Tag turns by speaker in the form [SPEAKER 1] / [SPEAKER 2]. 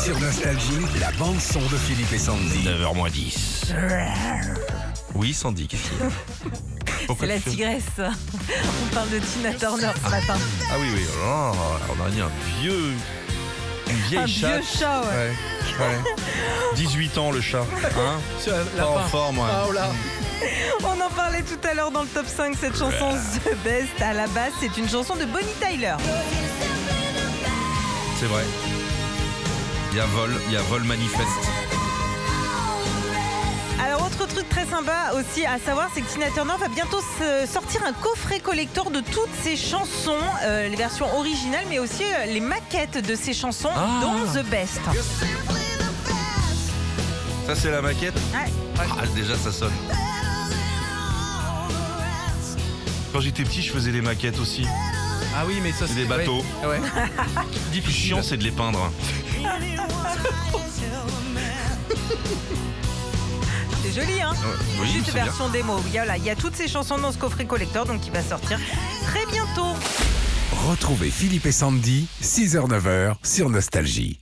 [SPEAKER 1] Sur Nostalgie, la bande son de Philippe et Sandy.
[SPEAKER 2] 9h moins 10. Oui, Sandy, qu'est-ce qu'il y a Pourquoi
[SPEAKER 3] C'est la
[SPEAKER 2] tu fais-
[SPEAKER 3] tigresse. On parle de Tina Turner ce matin.
[SPEAKER 2] Ah oui, oui. Oh, on a dit un vieux. Une vieille
[SPEAKER 3] Un
[SPEAKER 2] chatte.
[SPEAKER 3] vieux chat, ouais.
[SPEAKER 2] Ouais, ouais. 18 ans le chat. Hein Pas en forme. ouais.
[SPEAKER 3] Ah, oh On en parlait tout à l'heure dans le top 5, cette chanson The Best à la basse. C'est une chanson de Bonnie Tyler.
[SPEAKER 2] C'est vrai. Il y a vol, il y a vol manifeste.
[SPEAKER 3] Alors, autre truc très sympa aussi à savoir, c'est que Tina Turner va bientôt se- sortir un coffret collector de toutes ses chansons, euh, les versions originales, mais aussi euh, les maquettes de ses chansons,
[SPEAKER 2] Ah.
[SPEAKER 3] dont The Best.
[SPEAKER 2] Ça, c'est la maquette
[SPEAKER 3] Ouais.
[SPEAKER 2] Ah, déjà, ça sonne. Quand j'étais petit, je faisais des maquettes aussi.
[SPEAKER 4] Ah oui, mais ça
[SPEAKER 2] Des
[SPEAKER 4] c'est
[SPEAKER 2] bateaux.
[SPEAKER 4] Ouais. Ouais.
[SPEAKER 2] Le plus chiant, c'est de les peindre.
[SPEAKER 3] C'est joli, hein
[SPEAKER 2] Euh, Oui,
[SPEAKER 3] Juste
[SPEAKER 2] c'est bien.
[SPEAKER 3] version démo. Il y, a, là, il y a toutes ces chansons dans ce coffret collector, donc il va sortir très bientôt.
[SPEAKER 1] Retrouvez Philippe et Sandy, 6h-9h sur Nostalgie.